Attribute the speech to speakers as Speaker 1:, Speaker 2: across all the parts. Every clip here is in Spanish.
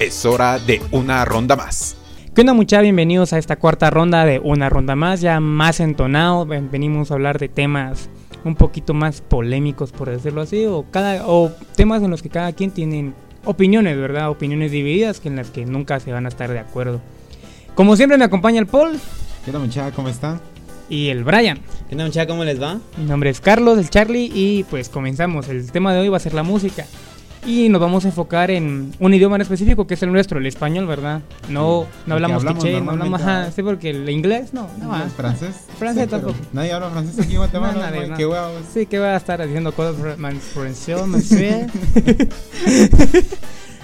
Speaker 1: Es hora de una ronda más.
Speaker 2: ¿Qué onda mucha? Bienvenidos a esta cuarta ronda de Una Ronda Más, ya más entonado. Ven- Venimos a hablar de temas un poquito más polémicos, por decirlo así, o, cada, o temas en los que cada quien tiene opiniones, ¿verdad? Opiniones divididas que en las que nunca se van a estar de acuerdo. Como siempre me acompaña el Paul
Speaker 3: ¿Qué onda muchacha? ¿Cómo están?
Speaker 2: y el Brian.
Speaker 4: ¿Qué onda, muchacha? ¿Cómo les va?
Speaker 2: Mi nombre es Carlos, el Charlie, y pues comenzamos. El tema de hoy va a ser la música. Y nos vamos a enfocar en un idioma en específico, que es el nuestro, el español, ¿verdad? No, no hablamos
Speaker 3: hablamos
Speaker 2: quiché, no hablamos...
Speaker 3: normalmente,
Speaker 2: ajá, sí, porque el inglés, no, no va.
Speaker 3: ¿Inglés, ¿Francés?
Speaker 2: Francés
Speaker 3: pero
Speaker 2: tampoco.
Speaker 3: Nadie habla francés aquí en Guatemala.
Speaker 2: No, nadie,
Speaker 3: güey,
Speaker 2: no.
Speaker 3: Qué huevos.
Speaker 2: Sí, que va a estar haciendo cosas fr- man- francés, monsieur.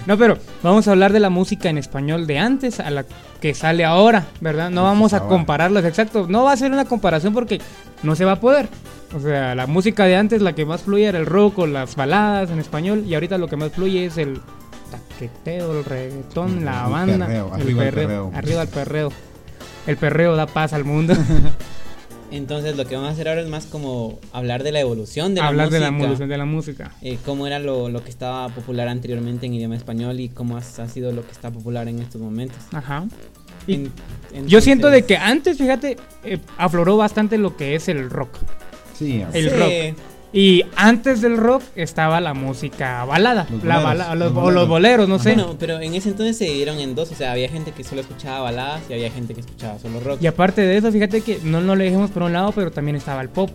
Speaker 2: No, pero vamos a hablar de la música en español de antes a la que sale ahora, ¿verdad? No
Speaker 3: Pues,
Speaker 2: vamos a
Speaker 3: ahora.
Speaker 2: compararlas, exacto. No va a ser una comparación porque no se va a poder. O sea, la música de antes, la que más fluye era el rock o las baladas en español, y ahorita lo que más fluye es el taqueteo, el reggaetón, la
Speaker 3: Mm, El
Speaker 2: banda,
Speaker 3: perreo, arriba el perreo.
Speaker 2: arriba el perreo. El perreo da paz al mundo.
Speaker 4: Entonces, lo que vamos a hacer ahora es más como hablar de la evolución de la
Speaker 2: Hablar de
Speaker 4: música.
Speaker 2: la evolución de la música.
Speaker 4: Eh, cómo era lo, lo que estaba popular anteriormente en idioma español y cómo has- ha sido lo que está popular en estos momentos.
Speaker 2: Ajá. Y-
Speaker 4: En-
Speaker 2: Yo siento de
Speaker 4: entonces-
Speaker 2: que antes, fíjate, eh, afloró bastante lo que es el rock.
Speaker 3: Sí, a-
Speaker 2: el
Speaker 4: Sí,
Speaker 2: rock. Y antes del rock estaba la música balada,
Speaker 3: Los
Speaker 2: la
Speaker 3: boleros,
Speaker 2: bala- los-
Speaker 3: los
Speaker 2: o los
Speaker 3: boleros.
Speaker 2: boleros, no sé.
Speaker 4: Bueno, pero en ese entonces se dividieron en dos, o sea, había gente que solo escuchaba baladas y había gente que escuchaba solo rock.
Speaker 2: Y aparte de eso, fíjate que no, no lo dejemos por un lado, pero también estaba el pop.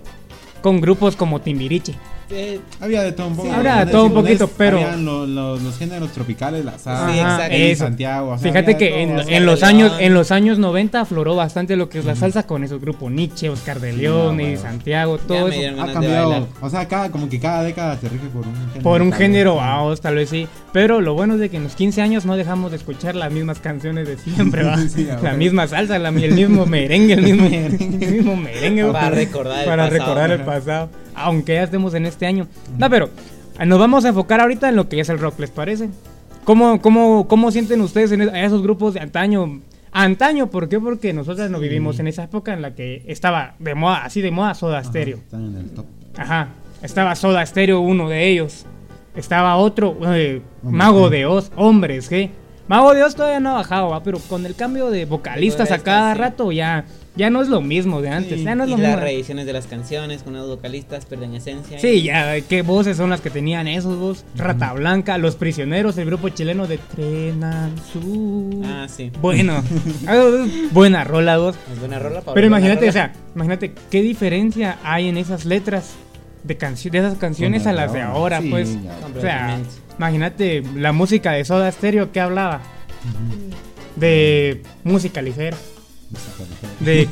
Speaker 2: Con grupos como Timbiriche.
Speaker 4: Eh,
Speaker 3: Había de todo un poco.
Speaker 4: Sí,
Speaker 2: habrá de
Speaker 3: Había
Speaker 2: todo un
Speaker 3: chilonés,
Speaker 2: poquito, pero-
Speaker 3: Habían lo- lo- los géneros tropicales, la salsa,
Speaker 4: Sí, exacto.
Speaker 3: el
Speaker 2: eso.
Speaker 3: Santiago. o sea,
Speaker 2: Fíjate
Speaker 3: había de
Speaker 2: que en,
Speaker 3: todo,
Speaker 4: Oscar
Speaker 2: en
Speaker 4: de
Speaker 2: los
Speaker 4: León.
Speaker 2: años, en los años 90 afloró bastante lo que es la salsa con esos grupos Nietzsche, Oscar de
Speaker 3: Sí,
Speaker 2: León
Speaker 3: no,
Speaker 2: y
Speaker 3: bueno.
Speaker 2: Santiago,
Speaker 4: ya
Speaker 2: todo
Speaker 4: me
Speaker 2: eso.
Speaker 4: dieron
Speaker 3: Ha
Speaker 4: ganas de
Speaker 3: cambiado.
Speaker 4: bailar.
Speaker 3: O sea, cada, como que cada década se rige por un género.
Speaker 2: Por un
Speaker 3: tal vez.
Speaker 2: género a os, tal vez sí. Pero lo bueno es de que en los 15 años no dejamos de escuchar las mismas canciones de siempre, ¿va?
Speaker 3: Sí, a
Speaker 2: la
Speaker 3: huevo.
Speaker 2: misma salsa, la, el mismo merengue, el mismo, el mismo merengue. ¿va?
Speaker 4: Para recordar el
Speaker 2: Para
Speaker 4: pasado.
Speaker 2: recordar el pasado. Aunque ya estemos en este año. No, pero ah, nos vamos a enfocar ahorita en lo que es el rock, ¿les parece? ¿Cómo, cómo, cómo sienten ustedes en es- a esos grupos de antaño? Antaño, ¿por qué? Porque nosotros no vivimos en esa época en la que estaba de moda, así de moda, soda
Speaker 3: Ajá,
Speaker 2: estéreo.
Speaker 3: Están en el top.
Speaker 2: Ajá. Estaba Soda Stereo, uno de ellos. Estaba otro, eh,
Speaker 3: Hombre,
Speaker 2: Mago
Speaker 3: sí.
Speaker 2: de Oz, hombres, ¿qué? Mago de Oz todavía no ha bajado, ¿va? pero con el cambio de vocalistas a
Speaker 4: Vocalistas,
Speaker 2: cada
Speaker 4: sí.
Speaker 2: rato ya, ya no es lo mismo de antes.
Speaker 3: Sí,
Speaker 2: Ya no es
Speaker 4: Y
Speaker 2: lo
Speaker 4: las
Speaker 2: mismo.
Speaker 4: reediciones de las canciones con los vocalistas pierden esencia.
Speaker 2: Sí, ya, qué voces son las que tenían esos dos. Rata Blanca, Los Prisioneros, el grupo chileno de Trenan Sur.
Speaker 4: Ah, sí.
Speaker 2: Bueno, buena rola, dos.
Speaker 4: Es buena rola, Pablo,
Speaker 2: Pero
Speaker 4: buena
Speaker 2: imagínate,
Speaker 4: rola.
Speaker 2: o sea, imagínate qué diferencia hay en esas letras de, cancio- de esas canciones a las de ahora,
Speaker 3: Sí,
Speaker 2: pues.
Speaker 3: ya.
Speaker 2: O sea,
Speaker 4: Completamente.
Speaker 2: imagínate la música de Soda Stereo que hablaba de música ligera, de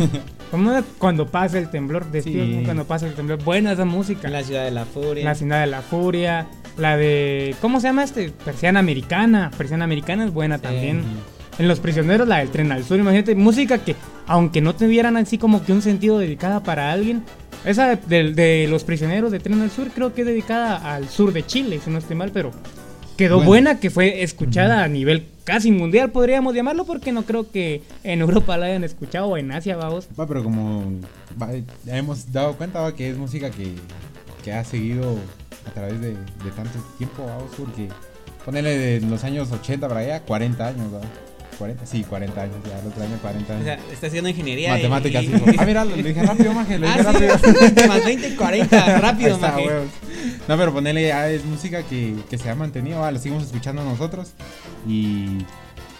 Speaker 2: ¿cómo era? cuando pasa el temblor, de
Speaker 3: Sí.
Speaker 2: Steve, cuando pasa el temblor, buena esa música.
Speaker 4: En la ciudad de la furia.
Speaker 2: La Ciudad de la Furia, la de ¿cómo se llama este? Persiana Americana, Persiana Americana es buena también. En Los Prisioneros, la del Tren al Sur, imagínate, música que, aunque no tuvieran así como que un sentido dedicada para alguien, esa de, de- de Los Prisioneros de Tren al Sur creo que es dedicada al sur de Chile, si no estoy mal, pero quedó
Speaker 3: Bueno.
Speaker 2: buena, que fue escuchada a nivel casi mundial, podríamos llamarlo, porque no creo que en Europa la hayan escuchado o en Asia, vamos.
Speaker 3: Va, pero como va, ya hemos dado cuenta va, que es música que, que ha seguido a través de, de tanto tiempo, vamos, porque ponele de los años 80 para allá, 40 años, ¿va? 40, sí, 40 años, ya, el otro año 40
Speaker 4: O
Speaker 3: años.
Speaker 4: sea, está haciendo ingeniería. y-
Speaker 3: Matemáticas.
Speaker 4: y-
Speaker 3: hijo. Ah, mira, lo dije rápido, maje, lo
Speaker 4: Ah,
Speaker 3: dije
Speaker 4: sí,
Speaker 3: rápido.
Speaker 4: más 20 y 40,
Speaker 3: Ahí
Speaker 4: rápido,
Speaker 3: está,
Speaker 4: maje.
Speaker 3: huevos. No, pero ponele, ah, es música que, que se ha mantenido, va, la seguimos escuchando nosotros y,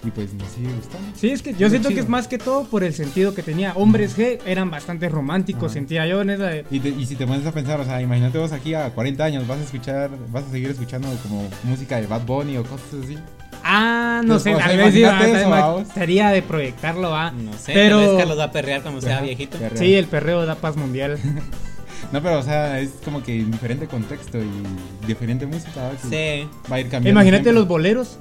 Speaker 3: y pues nos sigue gustando.
Speaker 2: Sí, es que yo
Speaker 3: Muy
Speaker 2: siento que
Speaker 3: chido.
Speaker 2: es más que todo por el sentido que tenía. Hombres G eran bastante románticos,
Speaker 3: Ajá.
Speaker 2: sentía yo en esa de-
Speaker 3: Y, te- y si te pones a pensar, o sea, imagínate vos aquí a 40 años, vas a escuchar, vas a seguir escuchando como música de Bad Bunny o cosas así.
Speaker 2: Ah, no
Speaker 3: Pues,
Speaker 2: sé,
Speaker 3: o sea,
Speaker 2: tal vez iba,
Speaker 3: imagínate
Speaker 2: tal
Speaker 3: eso,
Speaker 2: vez
Speaker 3: vamos.
Speaker 2: sería de proyectarlo a...
Speaker 4: No sé, pero...
Speaker 2: pero...
Speaker 4: Carlos va a perrear cuando sea
Speaker 3: Ajá,
Speaker 4: viejito.
Speaker 3: perreo.
Speaker 2: Sí, el perreo da paz mundial.
Speaker 3: No, pero o sea, es como que en diferente contexto y diferente música. ¿va? Que
Speaker 4: Sí.
Speaker 3: Va a ir cambiando.
Speaker 2: E Imagínate
Speaker 3: siempre.
Speaker 2: los boleros,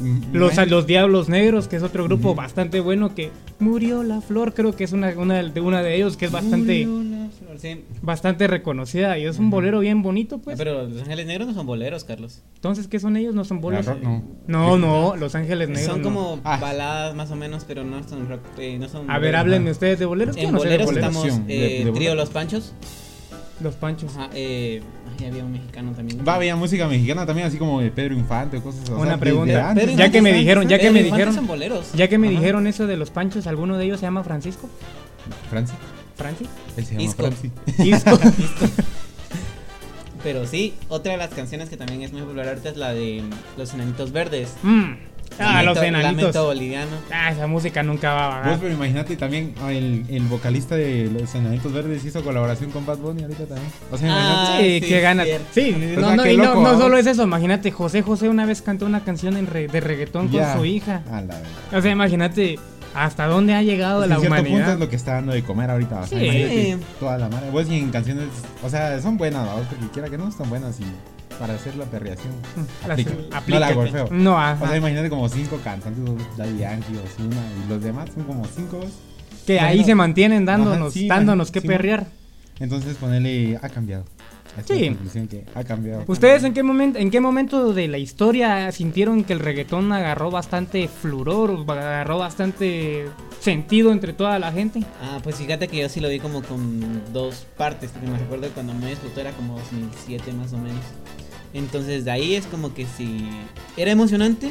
Speaker 3: Mm,
Speaker 2: los,
Speaker 3: bueno.
Speaker 2: los Diablos Negros, que es otro grupo
Speaker 3: Ujú.
Speaker 2: bastante bueno que... Murió la flor, creo que es una, una, de, una de ellos que es bastante,
Speaker 4: Una flor, sí.
Speaker 2: bastante reconocida y es un bolero bien bonito, pues.
Speaker 4: Ah, Pero los ángeles negros no son boleros, Carlos.
Speaker 2: Entonces, ¿qué son ellos? ¿No son boleros?
Speaker 3: rock no. Eh,
Speaker 2: No, no, Los Ángeles Negros
Speaker 4: son
Speaker 2: no.
Speaker 4: como
Speaker 3: Ah.
Speaker 4: baladas más o menos, pero no son rock. eh, no son
Speaker 2: A ver,
Speaker 4: boleros.
Speaker 2: háblenme ustedes de boleros. yo
Speaker 4: En
Speaker 2: no sé de
Speaker 4: boleros
Speaker 3: boleros.
Speaker 4: estamos
Speaker 3: Sí, de-
Speaker 4: eh,
Speaker 3: de
Speaker 4: Trío
Speaker 3: boleros.
Speaker 4: Los Panchos.
Speaker 2: Los panchos.
Speaker 4: Ajá, eh, ay, había un mexicano también.
Speaker 3: Va, había música mexicana también, así como de Pedro Infante o cosas así.
Speaker 2: Una
Speaker 3: de-
Speaker 2: pregunta.
Speaker 3: de antes.
Speaker 2: Pedro Ya que me
Speaker 4: Infante-
Speaker 2: dijeron, ya que
Speaker 4: Pedro
Speaker 2: me
Speaker 4: Infante
Speaker 2: dijeron-
Speaker 4: son boleros.
Speaker 2: Ya que me
Speaker 3: Ajá.
Speaker 2: dijeron eso de los panchos, ¿alguno de ellos se llama Francisco?
Speaker 3: Francis.
Speaker 2: ¿Francis?
Speaker 3: Él se llama
Speaker 4: Isco.
Speaker 3: Francis.
Speaker 2: Isco.
Speaker 4: Pero sí, otra de las canciones que también es muy popular ahorita es la de Los Enanitos Verdes.
Speaker 2: Mm. Ah, los
Speaker 4: Lamento-
Speaker 2: enanitos.
Speaker 4: Lamento boliviano.
Speaker 2: Ah, esa música nunca va a
Speaker 3: Vos,
Speaker 2: bajar.
Speaker 3: pero imagínate también ah, el, el vocalista de Los Enanitos Verdes hizo colaboración con Bad Bunny ahorita también. O sea, imagínate.
Speaker 4: Ah,
Speaker 2: Sí,
Speaker 4: sí,
Speaker 2: qué ganas.
Speaker 4: cierto.
Speaker 2: Sí,
Speaker 3: O
Speaker 2: no,
Speaker 3: sea,
Speaker 2: no,
Speaker 3: qué
Speaker 2: y no-
Speaker 3: loco,
Speaker 2: no
Speaker 3: ¿no?
Speaker 2: solo es eso, imagínate, José José una vez cantó una canción en re- de reggaetón
Speaker 3: Ya.
Speaker 2: con su hija.
Speaker 3: A la verdad.
Speaker 2: O sea, imagínate hasta dónde ha llegado
Speaker 3: Pues, En
Speaker 2: la
Speaker 3: cierto punto
Speaker 2: humanidad.
Speaker 3: es lo que está dando de comer ahorita. O sea,
Speaker 2: Sí.
Speaker 3: imagínate toda la madre. Pues y en canciones, o sea, son buenas, ¿va? porque quiera que no, están buenas y para hacer la perreación.
Speaker 2: Mm, La-
Speaker 3: Aplica. No la
Speaker 2: aplícate.
Speaker 3: golpeo.
Speaker 2: No, ajá.
Speaker 3: O sea, imagínate como cinco cantantes, Daddy Yankee, Ozuna, y los demás son como cinco. ¿ves?
Speaker 2: que ahí
Speaker 3: imagínate.
Speaker 2: se mantienen dándonos,
Speaker 3: Ajá, sí,
Speaker 2: dándonos
Speaker 3: imagínate,
Speaker 2: que
Speaker 3: sí,
Speaker 2: perrear.
Speaker 3: Entonces ponele, ha cambiado. Esa
Speaker 2: Sí. Pues,
Speaker 3: Es la conclusión que ha cambiado.
Speaker 2: ¿Ustedes en qué momento, en qué momento de la historia sintieron que el reggaetón agarró bastante floror, o agarró bastante sentido entre toda la gente?
Speaker 4: Ah, pues fíjate que yo sí lo vi como con dos partes, porque me recuerdo cuando me explotó era como 2007 más o menos. Entonces de ahí es como que si era emocionante,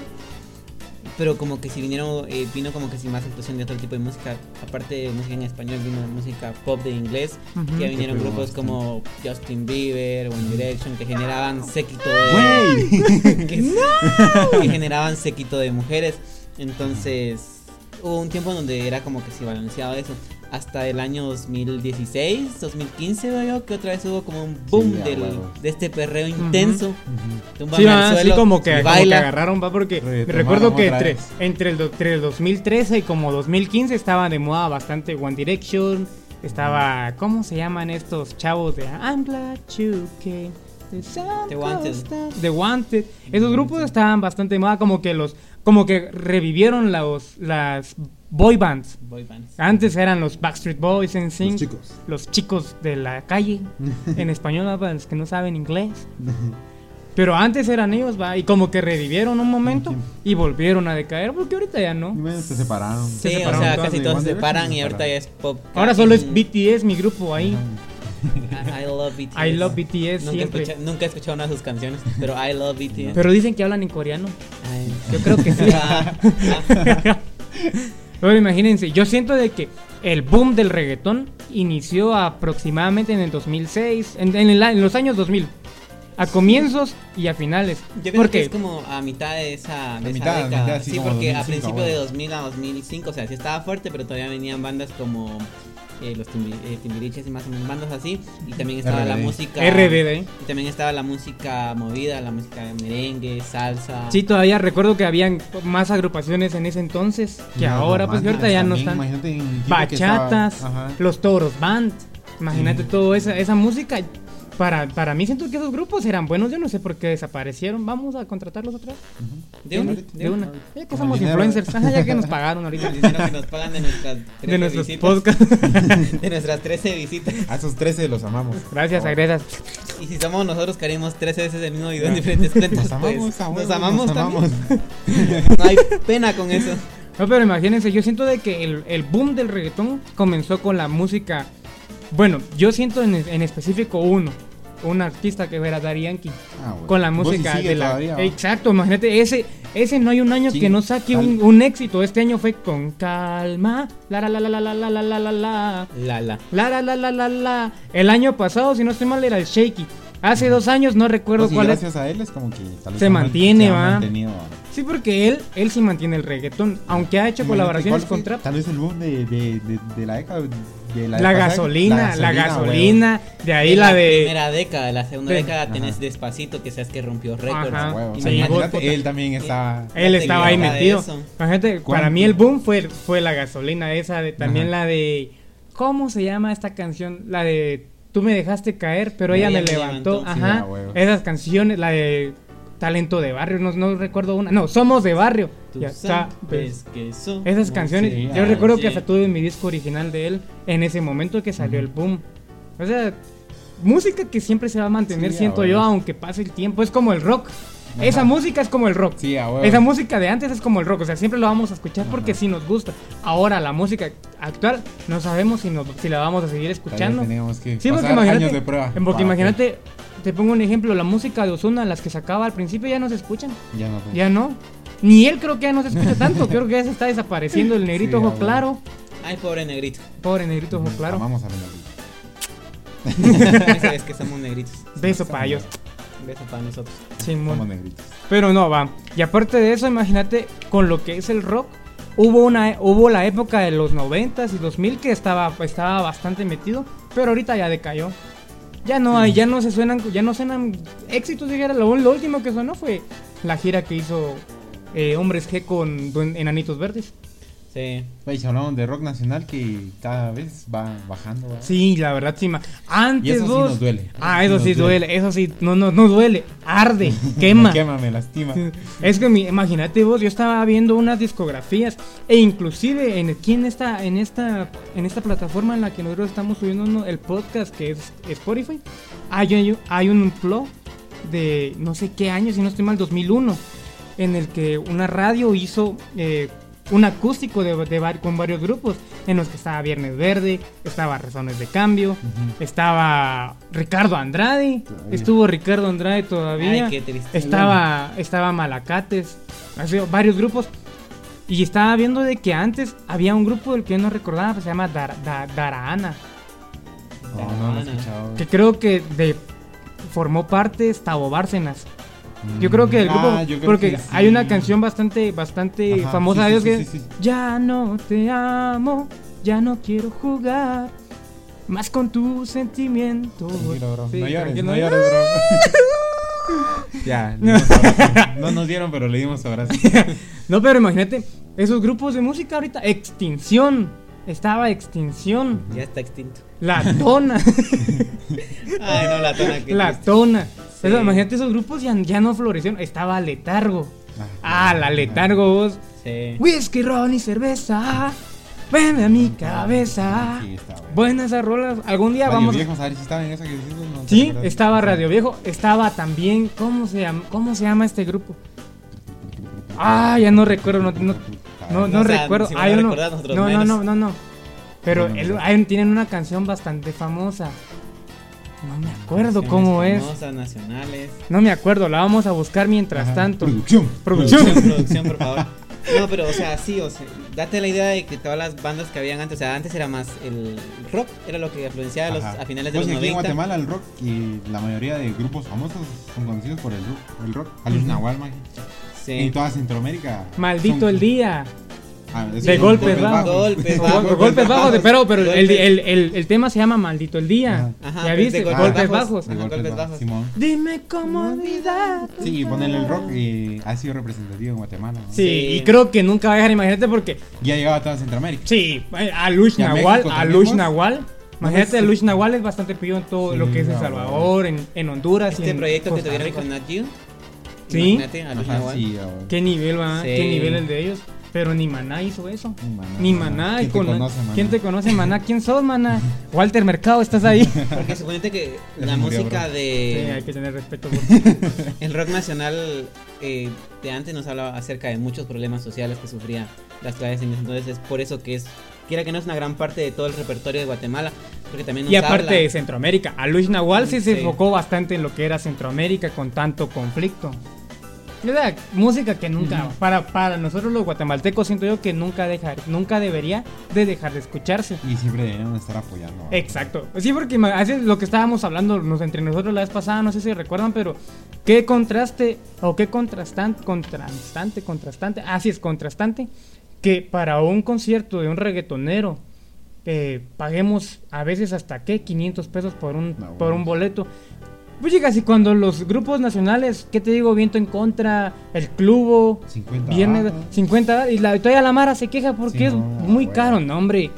Speaker 4: pero como que si vinieron, eh, vino como que si más inclusión de otro tipo de música, aparte de música en español, vino música pop de inglés,
Speaker 2: Ujú.
Speaker 4: que vinieron
Speaker 3: pegó
Speaker 4: grupos como Justin Bieber, One Direction, que generaban séquito de...
Speaker 3: ¡Güey!
Speaker 4: que, que generaban séquito de mujeres. Entonces, hubo un tiempo donde era como que se balanceaba eso. Hasta el año 2016, 2015, veo yo, que otra vez hubo como un boom
Speaker 3: Sí, a
Speaker 4: del-
Speaker 3: huevo.
Speaker 4: de este perreo intenso.
Speaker 3: Ujú.
Speaker 4: Túmbame
Speaker 2: Sí,
Speaker 4: al
Speaker 2: ah, así
Speaker 4: suelo
Speaker 2: como
Speaker 4: y
Speaker 2: que, como que
Speaker 4: baila.
Speaker 2: agarraron, va, porque
Speaker 3: Retomaron
Speaker 2: recuerdo que
Speaker 3: otra
Speaker 2: entre,
Speaker 3: vez.
Speaker 2: entre, el, do- entre el 2013 y como 2015 estaba de moda bastante One Direction, estaba, ¿cómo se llaman estos chavos de I'm glad you came?
Speaker 4: The Wanted.
Speaker 2: The Wanted. Esos
Speaker 3: Mm,
Speaker 2: grupos estaban bastante de moda, como que los, como que revivieron los, las boy bands.
Speaker 4: Boy bands.
Speaker 2: Antes eran los Backstreet Boys, en
Speaker 3: Los chicos.
Speaker 2: los chicos de la calle, en español ¿va? para los que no saben inglés. Pero antes eran ellos, va, y como que revivieron un momento y volvieron a decaer, porque ahorita ya
Speaker 3: Y
Speaker 2: no.
Speaker 3: bueno, se separaron.
Speaker 4: Sí,
Speaker 2: se
Speaker 4: o
Speaker 2: separaron
Speaker 4: sea,
Speaker 3: todas
Speaker 4: casi
Speaker 3: de
Speaker 4: todos
Speaker 3: One
Speaker 4: se separan
Speaker 3: Direction,
Speaker 4: y ahorita ya
Speaker 3: separaron.
Speaker 4: es pop.
Speaker 2: Ahora solo es
Speaker 4: Mm,
Speaker 2: BTS, mi grupo ahí.
Speaker 4: I I love BTS.
Speaker 2: I love BTS
Speaker 4: Nunca, he
Speaker 2: siempre.
Speaker 4: escucha- nunca he escuchado una de sus canciones, pero I love BTS.
Speaker 2: Pero dicen que hablan en coreano.
Speaker 4: Ay,
Speaker 2: Yo creo que sí.
Speaker 4: ah, ah.
Speaker 2: Pero imagínense, yo siento de que el boom del reggaetón inició aproximadamente en el 2006, en, en el a- en los años 2000. A comienzos y a finales.
Speaker 4: Yo pienso que
Speaker 2: Porque
Speaker 4: es como a mitad de esa, de esa
Speaker 3: mitad,
Speaker 4: década.
Speaker 3: mitad, sí,
Speaker 4: sí,
Speaker 3: como
Speaker 4: porque a
Speaker 3: 2005,
Speaker 4: principios
Speaker 3: bueno.
Speaker 4: de 2000 a 2005, o sea, sí estaba fuerte, pero todavía venían bandas como eh, los timbi- eh, Timbiriches y más o menos bandas así. Y también estaba la
Speaker 3: RBD.
Speaker 4: música.
Speaker 2: RBD.
Speaker 4: Y también estaba la música movida, la música de merengue, salsa.
Speaker 2: Sí, todavía recuerdo que habían más agrupaciones en ese entonces que
Speaker 3: No,
Speaker 2: ahora,
Speaker 3: no
Speaker 2: pues que
Speaker 3: manches,
Speaker 2: ahorita ya no
Speaker 3: también,
Speaker 2: están.
Speaker 3: Imagínate en el tiempo que estaba-
Speaker 2: Bachatas,
Speaker 3: Ajá.
Speaker 2: los Toros Band, imagínate
Speaker 3: Sí.
Speaker 2: toda esa, esa música. Para, para mí siento que esos grupos eran buenos, yo no sé por qué desaparecieron. Vamos a contratarlos otra vez.
Speaker 3: Ujú.
Speaker 4: De una,
Speaker 2: de una. Ya que
Speaker 3: Con
Speaker 2: somos
Speaker 3: el dinero.
Speaker 2: influencers, ajá, ya que nos pagaron ahorita.
Speaker 4: El dinero que nos pagan de nuestras 13
Speaker 2: De nuestros
Speaker 4: visitas.
Speaker 2: podcasts.
Speaker 4: De nuestras 13 visitas.
Speaker 3: A esos 13 los amamos.
Speaker 2: Pues, Gracias,
Speaker 3: Oh.
Speaker 2: agresas.
Speaker 4: Y si somos nosotros que haremos 13 veces el mismo video en diferentes cuentas,
Speaker 3: Nos amamos,
Speaker 4: pues,
Speaker 3: a huevo,
Speaker 4: nos amamos
Speaker 3: nos
Speaker 4: también.
Speaker 3: amamos.
Speaker 4: No hay pena con eso.
Speaker 2: No, pero imagínense, yo siento de que el, el boom del reggaetón comenzó con la música. Bueno, yo siento en, en específico uno, un artista que era Daddy Yankee,
Speaker 3: Ah, bueno.
Speaker 2: con la
Speaker 3: Vos sí
Speaker 2: música
Speaker 3: sigue
Speaker 2: de la.
Speaker 3: todavía, ¿va?
Speaker 2: Exacto, imagínate, ese, ese no hay un año
Speaker 3: Sí,
Speaker 2: que no saque un,
Speaker 3: tal.
Speaker 2: un éxito. Este año fue con calma. La la la la la la la la la la la.
Speaker 4: Lala.
Speaker 2: La la la la la la. El año pasado, si no estoy mal, era el Shaky. Hace dos años no recuerdo
Speaker 3: Pues, y
Speaker 2: cuál es.
Speaker 3: gracias a él es como que tal vez
Speaker 2: Se
Speaker 3: han-
Speaker 2: mantiene,
Speaker 3: han
Speaker 2: ¿va?
Speaker 3: mantenido, ¿va?
Speaker 2: Sí, porque él, él sí mantiene el reggaetón, aunque ha hecho
Speaker 3: Imagínate,
Speaker 2: colaboraciones
Speaker 3: ¿cuál
Speaker 2: con
Speaker 3: fue?
Speaker 2: trap.
Speaker 3: Tal vez el boom de, de, de, de la década. De la,
Speaker 2: La
Speaker 3: pasada-
Speaker 2: gasolina, la
Speaker 3: huevo.
Speaker 2: gasolina, de ahí
Speaker 4: En
Speaker 2: la de...
Speaker 4: primera década, la segunda
Speaker 2: de-
Speaker 4: década tenés
Speaker 3: Ajá.
Speaker 4: despacito, que sabes que rompió récords.
Speaker 2: Ajá.
Speaker 3: Huevo, o
Speaker 2: Sí,
Speaker 3: sea, imagínate,
Speaker 2: vos-
Speaker 3: él también está.
Speaker 2: Él estaba ahí
Speaker 4: Nada de
Speaker 2: metido.
Speaker 4: eso.
Speaker 2: Imagínate, para
Speaker 3: ¿Cuánto?
Speaker 2: mí el boom fue, fue la gasolina esa, de, también
Speaker 3: Ajá.
Speaker 2: la de... ¿Cómo se llama esta canción? La de... Tú me dejaste caer, pero ella me levantó.
Speaker 4: levantó.
Speaker 3: Sí,
Speaker 2: Ajá.
Speaker 3: a huevo.
Speaker 2: Esas canciones, la de... Talento de barrio, no, no recuerdo una. No, somos de barrio.
Speaker 4: Tú
Speaker 2: Ya está. pues,
Speaker 4: sabes que eso
Speaker 2: Esas
Speaker 4: no
Speaker 2: canciones,
Speaker 4: se
Speaker 2: yo
Speaker 3: ah,
Speaker 4: hace.
Speaker 2: recuerdo que hasta tuve mi disco original de él en ese momento que salió el boom. O sea, música que siempre se va a mantener,
Speaker 3: Sí,
Speaker 2: siento
Speaker 3: ahora.
Speaker 2: yo, aunque pase el tiempo. Es como el rock.
Speaker 3: Ajá.
Speaker 2: Esa música es como el rock.
Speaker 3: Sí, a huevo.
Speaker 2: Esa música de antes es como el rock, o sea, siempre lo vamos a escuchar porque
Speaker 3: Ajá.
Speaker 2: sí nos gusta. Ahora la música actual no sabemos si, nos- si la vamos a seguir
Speaker 3: Tal vez
Speaker 2: escuchando.
Speaker 3: Teníamos que
Speaker 2: Sí, porque
Speaker 3: pasar
Speaker 2: imagínate,
Speaker 3: años de prueba.
Speaker 2: porque
Speaker 3: para que
Speaker 2: imagínate, te pongo un ejemplo, la música de Ozuna, las que sacaba al principio ya no se escuchan,
Speaker 3: Ya no. fue.
Speaker 2: ya no. Ni él creo que ya no se escucha tanto, creo que ya se está desapareciendo el negrito
Speaker 3: Sí,
Speaker 2: ojo
Speaker 3: ya, bueno.
Speaker 2: claro.
Speaker 4: Ay, pobre negrito.
Speaker 2: Pobre negrito ojo claro.
Speaker 3: Amamos a Melody.
Speaker 4: es que somos negritos.
Speaker 2: Beso para ellos.
Speaker 4: Beso para nosotros.
Speaker 2: Simón.
Speaker 3: Somos negritos.
Speaker 2: Pero no, va. Y aparte de eso, imagínate con lo que es el rock. Hubo, una, hubo la época de los 90s y 2000 que estaba, estaba bastante metido, pero ahorita ya decayó. Ya no hay, ya no se suenan, ya no suenan éxitos, dijera. Lo, lo último que sonó fue la gira que hizo eh, Hombres G con Duen- Enanitos Verdes.
Speaker 4: Sí.
Speaker 3: Güey, si Pues, hablamos de rock nacional que cada vez va bajando. ¿verdad?
Speaker 2: Sí, la verdad, sí. ma- Antes
Speaker 3: Y eso sí
Speaker 2: vos-
Speaker 3: nos duele.
Speaker 2: Ah, eso
Speaker 3: Nos
Speaker 2: sí duele. eso sí, no, no, no duele. Arde, quema.
Speaker 3: Quema, me lastima.
Speaker 2: Es que mi- imagínate vos, yo estaba viendo unas discografías e inclusive en aquí en esta en esta en esta plataforma en la que nosotros estamos subiendo uno- el podcast que es Spotify, hay, hay, hay un blog de no sé qué año, si no estoy mal, 2001, en el que una radio hizo eh, un acústico de, de var- con varios grupos, en los que estaba Viernes Verde, estaba Razones de Cambio,
Speaker 3: Ujú.
Speaker 2: estaba Ricardo Andrade,
Speaker 3: Todavía.
Speaker 2: estuvo Ricardo Andrade todavía.
Speaker 4: Ay, qué triste.
Speaker 2: Estaba, estaba Malacates, así, varios grupos. Y estaba viendo de que antes había un grupo del que yo no recordaba, que se llama Dar- Da- Daraana.
Speaker 3: No, no lo he escuchado.
Speaker 2: Que creo que de, formó parte Stavo Bárcenas. Yo creo que el grupo,
Speaker 3: Ah, yo creo
Speaker 2: porque
Speaker 3: que sí.
Speaker 2: hay una canción bastante, bastante
Speaker 3: Ajá,
Speaker 2: famosa
Speaker 3: sí,
Speaker 2: de ellos
Speaker 3: sí,
Speaker 2: que
Speaker 3: sí, sí, sí.
Speaker 2: ya no te amo, ya no quiero jugar más con tus sentimientos.
Speaker 3: Tranquilo, bro.
Speaker 2: Sí,
Speaker 3: no llores,
Speaker 2: tranquilo,
Speaker 3: no
Speaker 2: no-
Speaker 3: llores, bro. ya, le dimos abrazo. no nos dieron, pero le dimos abrazo.
Speaker 2: No, pero imagínate, esos grupos de música ahorita, Extinción, estaba Extinción,
Speaker 4: Ya está extinto.
Speaker 2: La Tona,
Speaker 4: Ay, no, la tona que.
Speaker 2: La Tona.
Speaker 4: Sí.
Speaker 2: Eso, imagínate esos grupos ya, ya no florecieron, estaba Letargo. Ah, la Letargo vos.
Speaker 4: Sí.
Speaker 2: Whisky, ron y cerveza, ven a mi cabeza.
Speaker 3: Sí, está, güey.
Speaker 2: Buenas esas rolas, algún día
Speaker 3: Radio
Speaker 2: vamos... a-
Speaker 3: Viejos, a ver si estaban en esa que decimos. no te
Speaker 2: Sí,
Speaker 3: acuerdas.
Speaker 2: estaba Radio Viejo, estaba también, ¿cómo se llama, cómo se llama este grupo? Ah, ya no recuerdo, no- no- No, no
Speaker 4: O sea,
Speaker 2: recuerdo.
Speaker 4: si
Speaker 2: hay
Speaker 4: no
Speaker 2: uno-
Speaker 4: recordás, nosotros
Speaker 2: no, no,
Speaker 4: menos.
Speaker 2: no, no, no. Pero
Speaker 3: No, no,
Speaker 2: el-
Speaker 3: no.
Speaker 2: hay un- tienen una canción bastante famosa. No me acuerdo
Speaker 4: Canciones
Speaker 2: cómo es.
Speaker 4: famosas, nacionales.
Speaker 2: No me acuerdo, la vamos a buscar mientras
Speaker 3: Ajá.
Speaker 2: tanto.
Speaker 3: Producción.
Speaker 2: Producción.
Speaker 4: Producción, producción, por favor. No, pero, o sea, sí, o sea, date la idea de que todas las bandas que habían antes, o sea, antes era más el rock, era lo que influenciaba a los-
Speaker 3: Ajá.
Speaker 4: a finales de
Speaker 3: Pues
Speaker 4: los
Speaker 3: aquí en
Speaker 4: 90.
Speaker 3: Guatemala el rock y la mayoría de grupos famosos son conocidos por el rock. El rock. Alus Nahual, maje. En
Speaker 4: sí.
Speaker 3: toda Centroamérica.
Speaker 2: Maldito
Speaker 3: son-
Speaker 2: el día.
Speaker 3: Ah, es
Speaker 2: De
Speaker 3: un
Speaker 2: golpes
Speaker 3: golpe
Speaker 2: bajos.
Speaker 4: Golpes
Speaker 2: Gol-
Speaker 4: bajos.
Speaker 2: golpes, bajos, de- pero, pero el,
Speaker 4: pues Golpes.
Speaker 2: el- el- el tema se llama Maldito el día.
Speaker 4: Ajá.
Speaker 2: ya
Speaker 4: Ajá,
Speaker 2: viste,
Speaker 4: de
Speaker 2: golpes,
Speaker 4: golpes
Speaker 2: bajos.
Speaker 4: bajos.
Speaker 3: De
Speaker 4: Ajá,
Speaker 3: golpes
Speaker 4: golpes
Speaker 3: bajos,
Speaker 4: bajos.
Speaker 3: Simón.
Speaker 2: Dime cómo olvidar.
Speaker 3: Sí, y ponerle el rock eh, ha sido representativo en Guatemala. ¿no?
Speaker 2: Sí,
Speaker 4: Sí.
Speaker 2: y creo que nunca va a dejar, imagínate, porque
Speaker 3: Ya llegaba a toda Centroamérica.
Speaker 2: Sí, eh, a Luis
Speaker 3: Y a
Speaker 2: Nahual,
Speaker 3: México
Speaker 2: a
Speaker 3: también,
Speaker 2: Luis
Speaker 3: ¿no?
Speaker 2: Nahual. Imagínate, a
Speaker 3: sí.
Speaker 2: Luis Nahual es bastante pido en todo
Speaker 3: Sí,
Speaker 2: lo que es El
Speaker 3: no,
Speaker 2: Salvador, en, en Honduras. y
Speaker 4: Este
Speaker 2: en
Speaker 4: proyecto que
Speaker 2: Costa
Speaker 4: tuvieron
Speaker 2: Rica.
Speaker 4: con Nat Geo.
Speaker 2: Sí.
Speaker 4: Imagínate, a Luis
Speaker 3: Ajá,
Speaker 4: Nahual.
Speaker 3: sí, o-
Speaker 2: ¿Qué nivel, va?
Speaker 4: Sí.
Speaker 2: ¿Qué nivel el de ellos? Pero ni Maná hizo eso.
Speaker 3: Ni Maná,
Speaker 2: Ni
Speaker 3: Maná.
Speaker 2: Maná. y
Speaker 3: ¿Quién te
Speaker 2: con-
Speaker 3: conoce, Maná?
Speaker 2: ¿Quién te conoce, Maná? ¿Quién sos, Maná? Walter Mercado, ¿estás ahí?
Speaker 4: Porque suponete que
Speaker 3: Ya
Speaker 4: la
Speaker 3: se murió,
Speaker 4: música
Speaker 3: bro.
Speaker 2: Sí, hay
Speaker 4: de
Speaker 2: que tener respeto. por-
Speaker 4: el rock nacional eh, de antes nos hablaba acerca de muchos problemas sociales que sufría las clases en ese entonces es por eso que es quiera que no es una gran parte de todo el repertorio de Guatemala porque también nos
Speaker 2: Y aparte
Speaker 4: habla-
Speaker 2: de Centroamérica. A Luis Nahual sí se
Speaker 4: Sí.
Speaker 2: enfocó bastante en lo que era Centroamérica con tanto conflicto. Era música que nunca, para, para nosotros los guatemaltecos siento yo que nunca dejar, nunca debería de dejar de escucharse.
Speaker 3: Y siempre deberían estar apoyando. ¿no?
Speaker 2: Exacto. Sí, porque ima- así es lo que estábamos hablando nos- entre nosotros la vez pasada, no sé si recuerdan, pero qué contraste o qué contrastante, contrastante, contrastante, así es, contrastante, que para un concierto de un reggaetonero eh, paguemos a veces hasta qué, 500 pesos por un,
Speaker 3: No,
Speaker 2: por
Speaker 3: bueno.
Speaker 2: un boleto. Pues llegas y cuando los grupos nacionales, ¿qué te digo? Viento en contra, el clubo,
Speaker 3: 50
Speaker 2: viernes,
Speaker 3: varos.
Speaker 2: 50 dólares, y la, todavía la Mara se queja porque
Speaker 3: Sí,
Speaker 2: es
Speaker 3: no,
Speaker 2: muy
Speaker 3: güey.
Speaker 2: caro, no, hombre.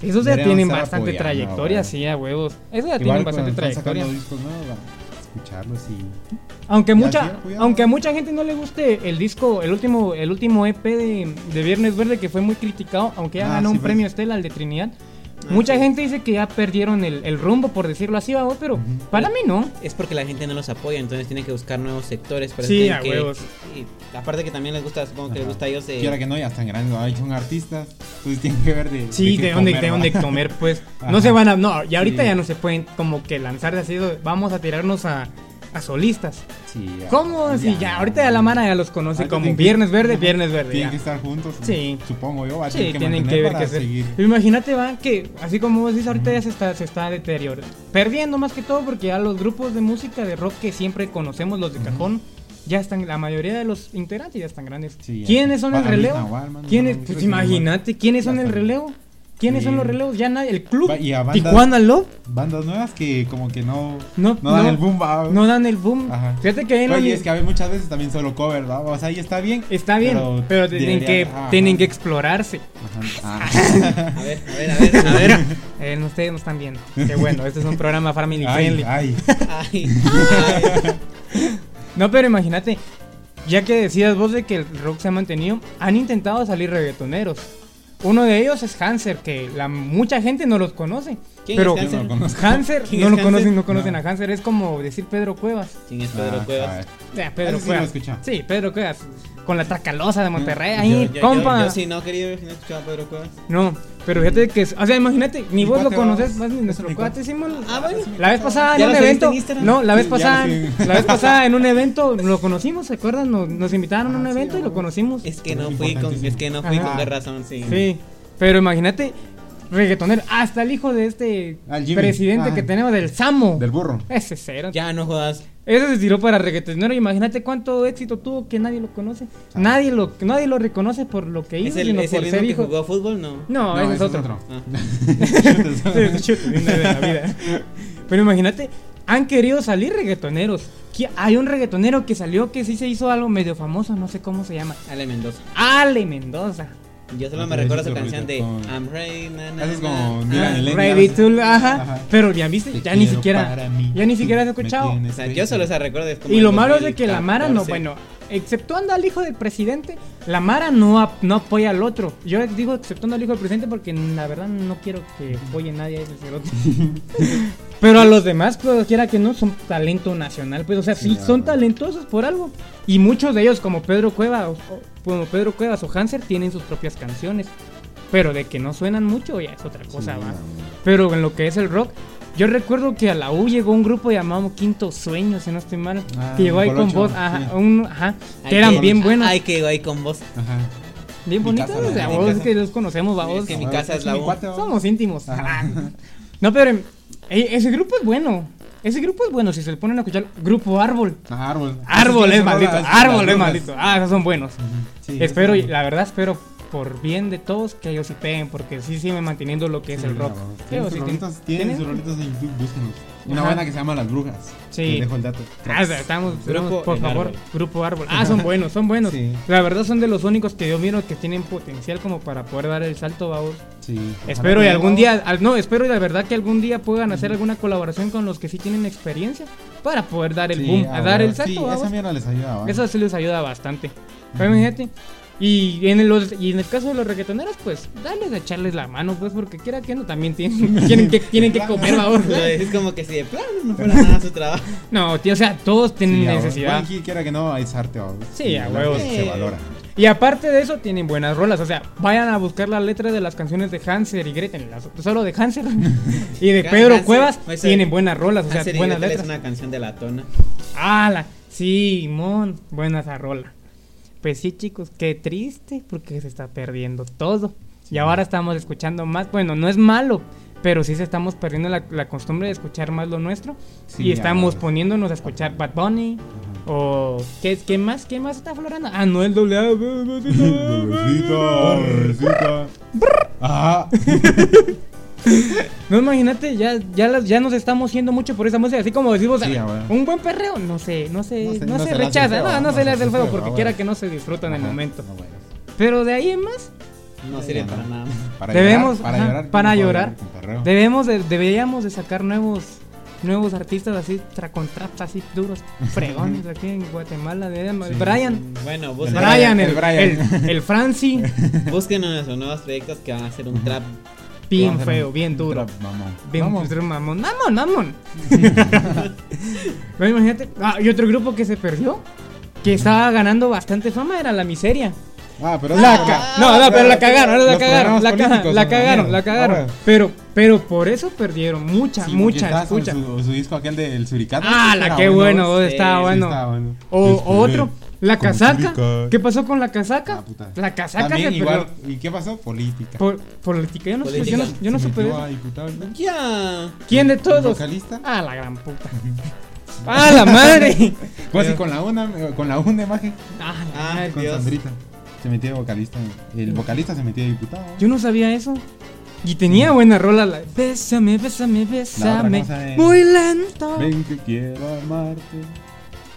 Speaker 2: Esos ya
Speaker 3: Deberíamos
Speaker 2: tienen
Speaker 3: estar
Speaker 2: bastante
Speaker 3: apoyando,
Speaker 2: trayectoria,
Speaker 3: güey.
Speaker 2: sí, a huevos. Esos ya
Speaker 3: Igual
Speaker 2: tienen bastante
Speaker 3: cuando están
Speaker 2: trayectoria.
Speaker 3: sacando discos nuevos, va, escucharlos y.
Speaker 2: Aunque
Speaker 3: Ya
Speaker 2: mucha,
Speaker 3: tienen cuidado.
Speaker 2: aunque a mucha gente no le guste el disco, el último, E el último EP de, de Viernes Verde que fue muy criticado, aunque ya
Speaker 3: Ah,
Speaker 2: ganó
Speaker 3: sí, Ah,
Speaker 2: un
Speaker 3: pues.
Speaker 2: premio Estela, el de Trinidad. Mucha
Speaker 4: sí.
Speaker 2: gente dice que ya perdieron el, el rumbo, por decirlo así, ¿va? pero
Speaker 3: Ujú.
Speaker 2: para mí no.
Speaker 4: Es porque la gente no los apoya, entonces tienen que buscar nuevos sectores. Para
Speaker 2: Sí,
Speaker 4: tienen
Speaker 2: a
Speaker 4: que-
Speaker 2: huevos.
Speaker 4: y aparte que también les gusta, supongo que les
Speaker 3: Ajá.
Speaker 4: gusta a ellos de...
Speaker 3: Quiera que no, ya están grandes, ahí son artistas. Entonces tienen que ver de.
Speaker 2: Sí,
Speaker 3: qué
Speaker 2: de dónde,
Speaker 3: comer,
Speaker 2: de
Speaker 3: ¿va?
Speaker 2: dónde comer, pues. No
Speaker 3: Ajá.
Speaker 2: se van a. No, y ahorita
Speaker 3: Sí.
Speaker 2: ya no se pueden como que lanzar de así. de, Vamos a tirarnos a, a solistas.
Speaker 3: Sí, ya.
Speaker 2: ¿Cómo? Si ya, ahorita ya la mara ya los conoce
Speaker 3: Ahorita
Speaker 2: como
Speaker 3: tienen que-
Speaker 2: Viernes Verde,
Speaker 3: Ajá.
Speaker 2: Viernes Verde.
Speaker 3: Tienen
Speaker 2: ya.
Speaker 3: que estar juntos.
Speaker 2: Sí.
Speaker 3: Supongo yo. Va a
Speaker 2: Sí,
Speaker 3: tener que
Speaker 2: tienen que
Speaker 3: mantener
Speaker 2: ver qué
Speaker 3: para
Speaker 2: hacer.
Speaker 3: seguir.
Speaker 2: Imagínate, va, que así como vos dices, ahorita ya se está, se está deteriorando. Perdiendo más que todo porque ya los grupos de música de rock que siempre conocemos, los de cajón, ya están, la mayoría de los integrantes ya están grandes.
Speaker 3: Sí, ya.
Speaker 2: ¿Quiénes son el
Speaker 3: Para mí,
Speaker 2: relevo?
Speaker 3: Nahual, mano,
Speaker 2: ¿Quiénes?
Speaker 3: no, no,
Speaker 2: Pues
Speaker 3: creo que Nahual.
Speaker 2: imagínate, ¿quiénes
Speaker 3: Ya
Speaker 2: son el
Speaker 3: está.
Speaker 2: relevo? ¿Quiénes son
Speaker 3: Sí.
Speaker 2: los relevos? Ya nadie, el club
Speaker 3: Va- y a bandas-
Speaker 2: Tijuana Love
Speaker 3: Bandas nuevas que, como que no.
Speaker 2: No,
Speaker 3: no dan
Speaker 2: no.
Speaker 3: el boom, va.
Speaker 2: no dan el boom.
Speaker 3: Ah. Ajá.
Speaker 2: Fíjate que ahí en la
Speaker 3: Oye,
Speaker 2: uni-
Speaker 3: es que a ver muchas veces también solo cover, ¿verdad? O sea, ahí está bien.
Speaker 2: está bien, pero, tienen,
Speaker 3: debería-
Speaker 2: que,
Speaker 3: ajá,
Speaker 2: tienen
Speaker 3: ajá.
Speaker 2: que explorarse.
Speaker 3: Ajá. Ah.
Speaker 4: A ver, a ver, a ver, a ver.
Speaker 2: Eh, no, ustedes no están viendo. Qué bueno, este es un programa family
Speaker 3: Ay,
Speaker 2: friendly.
Speaker 3: ay.
Speaker 4: Ay, ay.
Speaker 2: No, pero imagínate, ya que decías vos de que el rock se ha mantenido, han intentado salir reggaetoneros. Uno de ellos es Hanser, que la mucha gente no los conoce.
Speaker 4: ¿Quién
Speaker 2: pero
Speaker 4: es
Speaker 3: Yo no lo
Speaker 4: Hanser?
Speaker 3: conozco.
Speaker 2: Hanser,
Speaker 4: ¿Quién
Speaker 2: no
Speaker 4: es
Speaker 2: lo conocen,
Speaker 4: Hanser?
Speaker 2: no conocen
Speaker 3: No.
Speaker 2: a Hanser, es como decir Pedro Cuevas.
Speaker 4: ¿Quién es Pedro
Speaker 3: Ah,
Speaker 4: Cuevas?
Speaker 3: caray.
Speaker 2: Ya, Pedro
Speaker 3: Ese sí lo he
Speaker 2: Cuevas.
Speaker 3: escuchado.
Speaker 2: Sí, Pedro Cuevas. Con la tracalosa de Monterrey,
Speaker 3: Yo-
Speaker 2: ahí,
Speaker 4: Yo- yo-
Speaker 2: compa.
Speaker 4: Yo, sí, no, querido, yo no escuchaba a Pedro Cuevas.
Speaker 2: No, pero fíjate que, es- o sea, imagínate, ni
Speaker 3: Mi
Speaker 2: vos lo
Speaker 3: cuate,
Speaker 2: conoces,
Speaker 3: vamos.
Speaker 2: más ni
Speaker 3: Es
Speaker 2: nuestro
Speaker 3: mi
Speaker 2: cuate,
Speaker 3: cuate.
Speaker 2: hicimos la-
Speaker 4: Ah, bueno.
Speaker 2: La vez pasada en
Speaker 4: ¿Ya
Speaker 2: un
Speaker 4: lo seguiste
Speaker 2: evento.
Speaker 4: en Instagram?
Speaker 2: No, la vez
Speaker 3: Sí, ya lo
Speaker 2: pasada.
Speaker 3: sigo.
Speaker 2: La vez pasada en un evento lo conocimos, ¿se acuerdan? Nos, nos invitaron a un
Speaker 3: Ah, sí,
Speaker 2: evento y
Speaker 3: ah,
Speaker 2: lo conocimos.
Speaker 4: Es que
Speaker 3: Pero
Speaker 4: no
Speaker 3: es
Speaker 4: fui con,
Speaker 3: importantísimo.
Speaker 4: es que no fui
Speaker 2: Ajá.
Speaker 4: con qué razón, sí.
Speaker 2: Sí. Pero imagínate, reggaetonero, hasta el hijo de este
Speaker 3: Al Jimmy.
Speaker 2: presidente
Speaker 3: Ah.
Speaker 2: que tenemos del Samo.
Speaker 3: Del burro.
Speaker 2: Ese cero.
Speaker 4: Ya no jodas.
Speaker 2: Ese se tiró para reggaetonero. Imagínate cuánto éxito tuvo que nadie lo conoce. Nadie lo nadie lo reconoce por lo que hizo,
Speaker 4: Ah. ¿Es el,
Speaker 2: sino
Speaker 4: es
Speaker 2: por
Speaker 4: el mismo
Speaker 2: ser
Speaker 4: que
Speaker 2: hijo.
Speaker 4: jugó fútbol? No.
Speaker 2: No, ese es otro.
Speaker 4: Ah.
Speaker 2: Sí, chute, de una de la vida. Pero imagínate, han querido salir reggaetoneros. Que Hay un reggaetonero que salió que sí se hizo algo medio famoso, no sé cómo se llama.
Speaker 4: Ale Mendoza.
Speaker 2: Ale Mendoza.
Speaker 4: Yo solo
Speaker 3: Ah,
Speaker 4: me
Speaker 3: pero
Speaker 4: recuerdo
Speaker 3: ese
Speaker 4: esa
Speaker 3: es
Speaker 4: canción de
Speaker 3: con-
Speaker 4: I'm ready, na, na,
Speaker 3: Ese es
Speaker 4: na.
Speaker 3: como
Speaker 4: Ah,
Speaker 3: Dylan Millennials.
Speaker 2: Ready to Love, ajá.
Speaker 3: Ajá.
Speaker 2: Pero ya viste,
Speaker 3: Te
Speaker 2: ya ni
Speaker 3: quiero
Speaker 2: siquiera,
Speaker 3: para mí.
Speaker 2: ya ni siquiera has
Speaker 3: Me
Speaker 2: escuchado.
Speaker 3: tienes
Speaker 4: O sea, yo solo esa recuerdo. es como
Speaker 2: Y
Speaker 4: el
Speaker 2: lo malo es de que la Mara
Speaker 4: 2014.
Speaker 2: no, bueno, exceptuando al hijo del presidente, la Mara no, ap- no apoya al otro. Yo digo exceptuando al hijo del presidente porque la verdad no quiero que apoye nadie a ese cerote. Pero a los demás, pues quiera que no, son talento nacional. Pues, o sea, sí,
Speaker 3: Sí,
Speaker 2: son
Speaker 3: claro.
Speaker 2: talentosos por algo. Y muchos de ellos, como Pedro Cueva, o- o- como Pedro Cuevas o Hanser, tienen sus propias canciones. Pero de que no suenan mucho ya es otra cosa,
Speaker 3: Sí,
Speaker 2: va.
Speaker 3: no.
Speaker 2: Pero en lo que es el rock, yo recuerdo que a la U llegó un grupo llamado Quinto Sueño, si no estoy mal,
Speaker 3: Ah,
Speaker 2: que llegó ahí con
Speaker 3: Colocho,
Speaker 2: voz, ajá,
Speaker 3: sí.
Speaker 2: un- ajá,
Speaker 4: Ay,
Speaker 2: que eran
Speaker 4: que-
Speaker 2: bien buenas,
Speaker 4: Ay, que ahí con vos.
Speaker 3: Ajá.
Speaker 2: bien
Speaker 3: mi
Speaker 2: bonitas,
Speaker 3: casa, la
Speaker 2: o sea,
Speaker 3: de mi
Speaker 2: vos
Speaker 3: casa.
Speaker 2: que los conocemos, vamos,
Speaker 4: Es que mi casa es la
Speaker 3: mi
Speaker 4: U.
Speaker 3: cuate, va.
Speaker 2: somos íntimos. Ah.
Speaker 3: Ajá.
Speaker 2: No, pero em, e- ese grupo es bueno, ese grupo es bueno, si se le ponen a escuchar, Grupo Árbol.
Speaker 3: Ah, árbol.
Speaker 2: Árbol es maldito, árbol es maldito,
Speaker 3: maldito
Speaker 2: ah, esos son buenos.
Speaker 3: Sí,
Speaker 2: espero,
Speaker 3: eso-
Speaker 2: y la verdad espero por bien de todos que ellos sí peguen, porque sí siguen manteniendo lo que es
Speaker 3: Sí,
Speaker 2: el rock.
Speaker 3: la verdad.
Speaker 2: Sí,
Speaker 3: Tienen
Speaker 2: o
Speaker 3: sus
Speaker 2: sí,
Speaker 3: rolitas-
Speaker 2: tienen-
Speaker 3: Tienen sus rolitas en YouTube, búsquenlos. Una
Speaker 2: Ajá.
Speaker 3: banda que se llama Las Brujas.
Speaker 2: Sí.
Speaker 3: Les dejo el dato.
Speaker 2: Ah, estamos,
Speaker 4: Grupo
Speaker 2: estamos, por
Speaker 4: El
Speaker 2: favor,
Speaker 4: Árbol.
Speaker 2: Grupo Árbol. Ah, son buenos, son buenos.
Speaker 3: Sí.
Speaker 2: La verdad son de los únicos que yo miro que tienen potencial como para poder dar el salto, vamos.
Speaker 3: Sí. Ojalá
Speaker 2: Espero y
Speaker 3: que-
Speaker 2: algún día, al- no, espero y la verdad que algún día puedan hacer alguna colaboración con los que sí tienen experiencia para poder dar el
Speaker 3: Sí,
Speaker 2: boom, a
Speaker 3: ah,
Speaker 2: dar
Speaker 3: bueno.
Speaker 2: el salto,
Speaker 3: Sí,
Speaker 2: babos.
Speaker 3: esa mierda les ayuda. va.
Speaker 2: Eso sí les ayuda bastante. Pero imagínate. Y en, el, los- y en el caso de los reggaetoneros, pues, dale a echarles la mano, pues, porque quiera que no, también tienen, tienen que, tienen que comer, babos.
Speaker 4: Lo decís como que si de plano no fuera nada su trabajo.
Speaker 2: No, tío, o sea, todos tienen
Speaker 3: Sí, a huevo.
Speaker 2: necesidad.
Speaker 3: Juanqui, quiera que no, es arte. va.
Speaker 2: Sí,
Speaker 3: Y
Speaker 2: a
Speaker 3: el
Speaker 2: huevo.
Speaker 3: arte Se valora.
Speaker 2: Y aparte de eso, tienen buenas rolas. O sea, vayan a buscar la letra de las canciones de Hanser y Gretel. las- solo de Hanser y de
Speaker 4: Gan-
Speaker 2: Pedro
Speaker 4: Hanser,
Speaker 2: Cuevas.
Speaker 4: pues,
Speaker 2: tienen
Speaker 4: eh,
Speaker 2: buenas rolas, o sea,
Speaker 4: Hacer y
Speaker 2: buenas
Speaker 4: Gretel es
Speaker 2: letras.
Speaker 4: una canción de la tona.
Speaker 2: ¡Hala! Sí, mon. Buena esa rola. Pues sí, chicos, qué triste porque se está perdiendo todo. Y ahora estamos escuchando más. Bueno, no es malo, pero sí se estamos perdiendo la, la costumbre de escuchar más lo nuestro.
Speaker 3: Sí,
Speaker 2: y estamos
Speaker 3: ahora.
Speaker 2: poniéndonos a escuchar Bad Bunny. O, ¿qué, qué más? ¿Qué más está aflorando? Ah, no, el doble A.
Speaker 3: Bebecita, bebecita. Ajá.
Speaker 2: No, imagínate, ya, ya, las- ya nos estamos yendo mucho por esa música. Así como decimos,
Speaker 3: Sí,
Speaker 2: ah,
Speaker 3: ah, bueno.
Speaker 2: un buen perreo, no sé, no sé, no
Speaker 3: No
Speaker 2: se,
Speaker 3: se- no se le hace
Speaker 2: rechaza,
Speaker 3: feo,
Speaker 2: no, no,
Speaker 3: no
Speaker 2: se le hace el fuego
Speaker 3: feo,
Speaker 2: porque
Speaker 3: ah,
Speaker 2: quiera
Speaker 3: bueno.
Speaker 2: que no se disfruta en el
Speaker 3: Ajá.
Speaker 2: momento.
Speaker 3: Ah, bueno.
Speaker 2: Pero de ahí en más,
Speaker 4: No sirve para nada.
Speaker 3: Para
Speaker 2: Debemos,
Speaker 3: llorar, para
Speaker 2: ajá,
Speaker 3: llorar.
Speaker 2: para
Speaker 3: mejor
Speaker 2: llorar.
Speaker 3: con perreo.
Speaker 2: debemos de- deberíamos de sacar nuevos nuevos artistas así, tra contratos así duros, fregones aquí en Guatemala. de-
Speaker 3: Sí.
Speaker 2: Brian,
Speaker 4: Bueno,
Speaker 3: El
Speaker 4: busquen,
Speaker 2: Brian,
Speaker 3: Brian,
Speaker 2: el,
Speaker 3: el Brian.
Speaker 2: el, el Franci.
Speaker 4: busquen en esos nuevos proyectos que van a hacer un trap
Speaker 2: bien
Speaker 3: Vamos a hacer
Speaker 2: feo,
Speaker 3: un-
Speaker 2: bien
Speaker 3: un
Speaker 2: duro.
Speaker 3: trap mamón.
Speaker 2: Bien,
Speaker 3: Vamos.
Speaker 2: ser mamón, mamón, mamón. Pero imagínate, ah, y otro grupo que se perdió, que estaba ganando bastante fama, era la miseria.
Speaker 3: Ah, pero
Speaker 2: La
Speaker 3: Ah,
Speaker 2: ca- no, no, pero la cagaron, ahora la
Speaker 3: los
Speaker 2: cagaron,
Speaker 3: programas
Speaker 2: la, ca-
Speaker 3: políticos,
Speaker 2: la
Speaker 3: me
Speaker 2: cagaron,
Speaker 3: imagino.
Speaker 2: la cagaron.
Speaker 3: Ahora.
Speaker 2: Pero, pero por eso perdieron mucha,
Speaker 3: Sí, porque
Speaker 2: mucha
Speaker 3: estaba con
Speaker 2: escucha.
Speaker 3: Su, su disco aquel del Suricato.
Speaker 2: Ah,
Speaker 3: sí,
Speaker 2: la
Speaker 3: era
Speaker 2: que bueno,
Speaker 3: sí,
Speaker 4: sí,
Speaker 2: está
Speaker 4: sí,
Speaker 2: bueno.
Speaker 3: estaba bueno. Este,
Speaker 2: O, o
Speaker 3: Desperté
Speaker 2: otro, la
Speaker 3: con
Speaker 2: casaca.
Speaker 3: Suricato.
Speaker 2: ¿Qué pasó con la casaca?
Speaker 3: Ah, puta.
Speaker 2: La casaca
Speaker 3: También
Speaker 2: se
Speaker 3: igual.
Speaker 2: perdió.
Speaker 3: ¿Y qué pasó? Política.
Speaker 2: Por, política, yo no, supe, yo
Speaker 4: Política.
Speaker 2: no, yo no
Speaker 3: Se
Speaker 2: supe de
Speaker 3: metió
Speaker 2: eso.
Speaker 3: a diputado, ¿no?
Speaker 4: Ya.
Speaker 2: ¿Quién de
Speaker 3: ¿El
Speaker 2: todos?
Speaker 3: vocalista?
Speaker 2: Ah, la gran puta. ¡Ah, la madre!
Speaker 3: Pues sí, con la una, eh, con la una imagen.
Speaker 2: Ah, la
Speaker 4: Ah,
Speaker 2: madre.
Speaker 3: Con
Speaker 4: Dios.
Speaker 3: Sandrita. Se metió de vocalista. El vocalista se metió de diputado.
Speaker 2: Yo no sabía eso. Y tenía buena rola. La... Bésame, bésame, bésame.
Speaker 3: cosa es-
Speaker 2: Muy lento.
Speaker 3: Ven que quiero amarte.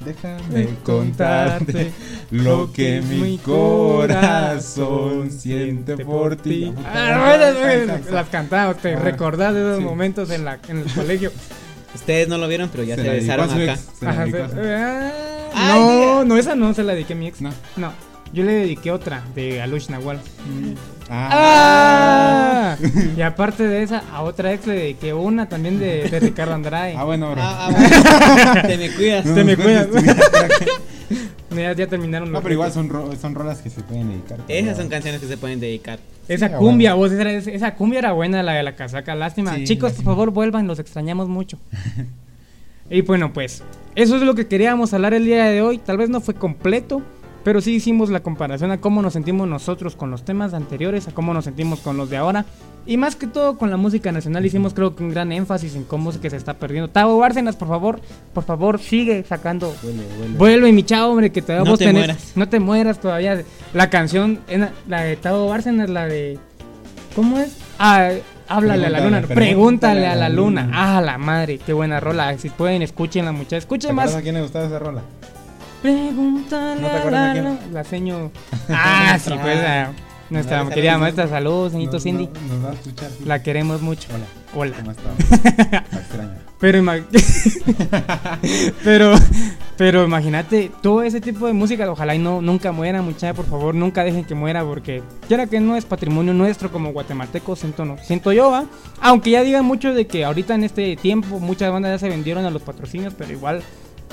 Speaker 3: Déjame
Speaker 2: Ven, contarte
Speaker 3: contarte lo que mi corazón siente por ti.
Speaker 2: Ah, bueno, bueno,
Speaker 3: Exacto.
Speaker 2: Las cantaba, te
Speaker 3: Ah,
Speaker 2: recordás de esos
Speaker 3: sí.
Speaker 2: momentos en, la, en el colegio.
Speaker 4: Ustedes no lo vieron, pero ya se,
Speaker 3: la dedicó
Speaker 4: regresaron
Speaker 3: a su
Speaker 4: acá.
Speaker 3: ex, se la
Speaker 2: Ajá,
Speaker 3: dedicó a
Speaker 2: se-
Speaker 3: su-
Speaker 2: ah,
Speaker 4: Ay,
Speaker 2: no,
Speaker 4: mira.
Speaker 2: no, esa no se la dediqué a mi ex.
Speaker 3: No.
Speaker 2: No, yo le dediqué otra de Alush Nahual.
Speaker 3: Ah,
Speaker 2: Ah. Y aparte de esa, a otra ex le dediqué una también de, de Ricardo Andrade.
Speaker 3: Ah, bueno, bro.
Speaker 4: Ah, ah, bueno. Te me cuidas.
Speaker 3: No
Speaker 2: te me
Speaker 3: nos cuentes
Speaker 2: cuidas.
Speaker 3: tu vida.
Speaker 2: Mira, ya terminaron
Speaker 3: No,
Speaker 2: los
Speaker 3: pero igual
Speaker 2: retos.
Speaker 3: son, ro- son rolas que se pueden dedicar.
Speaker 4: Esas son
Speaker 3: ¿no?
Speaker 4: canciones que se pueden dedicar.
Speaker 2: Esa
Speaker 3: Sí,
Speaker 2: cumbia, vos, esa, era- esa cumbia era buena, la de la casaca, lástima.
Speaker 3: Sí,
Speaker 2: Chicos,
Speaker 3: lástima.
Speaker 2: por favor, vuelvan, los extrañamos mucho. y bueno, pues, eso es lo que queríamos hablar el día de hoy. Tal vez no fue completo, pero sí hicimos la comparación a cómo nos sentimos nosotros con los temas anteriores, a cómo nos sentimos con los de ahora. Y más que todo con la música nacional hicimos creo que un gran énfasis en cómo es que se está perdiendo. Tavo Bárcenas, por favor, por favor, sigue sacando
Speaker 3: Huele, huele.
Speaker 2: Vuelve, mi chavo, hombre, que todavía
Speaker 4: No
Speaker 2: vos
Speaker 4: te
Speaker 2: tenés-
Speaker 4: mueras.
Speaker 2: No te mueras todavía. La canción, es la- la de Tavo Bárcenas, la de. ¿Cómo es? Ah, háblale a la luna.
Speaker 3: Pregúntale,
Speaker 2: Pregúntale, a la luna. Ah, la madre, qué buena rola. Si pueden, escúchenla, muchachos.
Speaker 3: ¿Te
Speaker 2: Escuchen
Speaker 3: acuerdas
Speaker 2: más.
Speaker 3: a quién le gustaba esa rola?
Speaker 2: Pregúntale
Speaker 3: ¿No te
Speaker 2: a
Speaker 3: acuerdas
Speaker 2: la
Speaker 3: de quién?
Speaker 2: luna. La seño. Ah, sí,
Speaker 4: Nuestra-
Speaker 2: pues. la- nuestra
Speaker 4: Nuestra
Speaker 2: querida
Speaker 4: Cindy.
Speaker 2: maestra, saludos, señorito
Speaker 3: Nos-
Speaker 2: Cindy.
Speaker 3: no- Nos va a escuchar. sí.
Speaker 2: La queremos mucho.
Speaker 3: Hola.
Speaker 2: Hola.
Speaker 3: ¿Cómo estás? La extraño.
Speaker 2: Pero, ima- pero, pero imagínate, todo ese tipo de música, ojalá y no, nunca muera, muchacha, por favor, nunca dejen que muera, porque ya que no es patrimonio nuestro como guatemaltecos, siento, no, siento yo, ¿va? aunque ya digan mucho de que ahorita en este tiempo muchas bandas ya se vendieron a los patrocinios, pero igual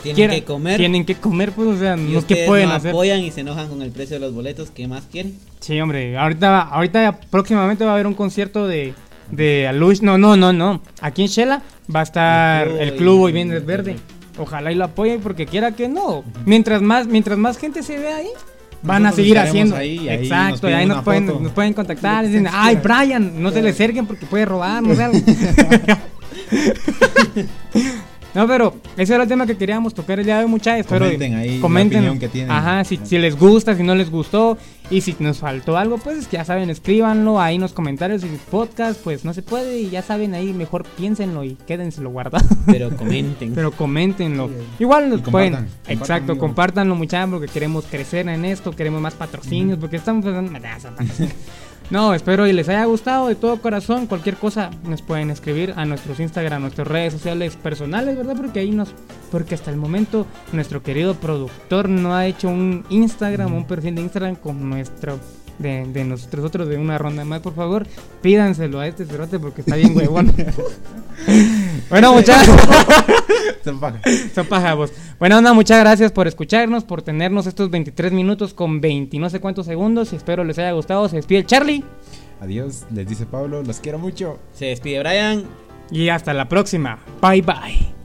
Speaker 4: Tienen
Speaker 2: quieran-
Speaker 4: que comer.
Speaker 2: tienen que comer, pues, o sea,
Speaker 4: y
Speaker 2: no, ¿qué
Speaker 4: ustedes
Speaker 2: pueden
Speaker 4: no
Speaker 2: hacer?
Speaker 4: apoyan y se enojan con el precio de los boletos. ¿Qué más quieren?
Speaker 2: Sí, hombre, ahorita, va- ahorita próximamente va a haber un concierto de, de Alush. No, no, no, no. Aquí en Shela va a estar
Speaker 4: El
Speaker 2: el
Speaker 4: Club
Speaker 2: club
Speaker 4: y-
Speaker 2: hoy viene verde. Ojalá y lo apoyen porque quiera que no. Mientras más, mientras más gente se vea ahí, van
Speaker 3: Nosotros
Speaker 2: a seguir
Speaker 3: estaremos
Speaker 2: haciendo.
Speaker 3: ahí y ahí nos
Speaker 2: Exacto, y
Speaker 3: piden
Speaker 2: ahí
Speaker 3: una
Speaker 2: nos pueden,
Speaker 3: foto.
Speaker 2: nos pueden contactar. y Dicen, ay, Brian, no se le acerquen porque puede robar, no sé algo". No, pero ese era el tema que queríamos tocar el día de hoy, muchachos. Espero-
Speaker 3: Comenten ahí la opinión que tienen.
Speaker 2: Ajá, si, si les gusta, si no les gustó. Y si nos faltó algo, pues ya saben, escríbanlo ahí en los comentarios. Y podcast, pues no se puede. Y ya saben ahí, mejor piénsenlo y quédenselo guardado.
Speaker 4: Pero comenten.
Speaker 2: Pero coméntenlo. Igual nos
Speaker 3: Y
Speaker 2: pueden.
Speaker 3: compartan, compartan,
Speaker 2: exacto,
Speaker 3: amigos.
Speaker 2: compártanlo, muchachos, porque queremos crecer en esto. Queremos más patrocinios, porque estamos. No, espero y les haya gustado de todo corazón. Cualquier cosa nos pueden escribir a nuestros Instagram, nuestras redes sociales personales, ¿verdad? Porque ahí nos. Porque hasta el momento nuestro querido productor no ha hecho un Instagram, un perfil de Instagram con nuestro. De, de nosotros otros de una ronda más, por favor, pídanselo a este cerote porque está bien huevón. bueno, muchachos.
Speaker 3: Se apaga.
Speaker 2: Son paja, vos. Bueno, onda, muchas gracias por escucharnos, por tenernos estos 23 minutos con 20 no sé cuántos segundos. Espero les haya gustado. Se despide el Charlie
Speaker 3: Adiós, les dice Pablo, los quiero mucho.
Speaker 4: Se despide Brian.
Speaker 2: y hasta la próxima. Bye bye.